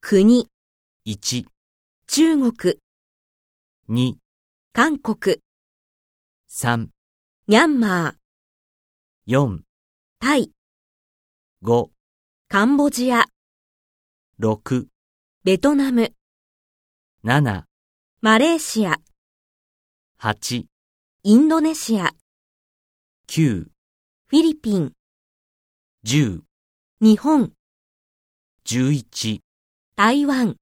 国、 1、中国、 2、韓国、 3、ミャンマー、 4、タイ、 5、カンボジア、 6、ベトナム、 7、マレーシア、 8、インドネシア、 9、フィリピン、 10、日本、 11。台湾。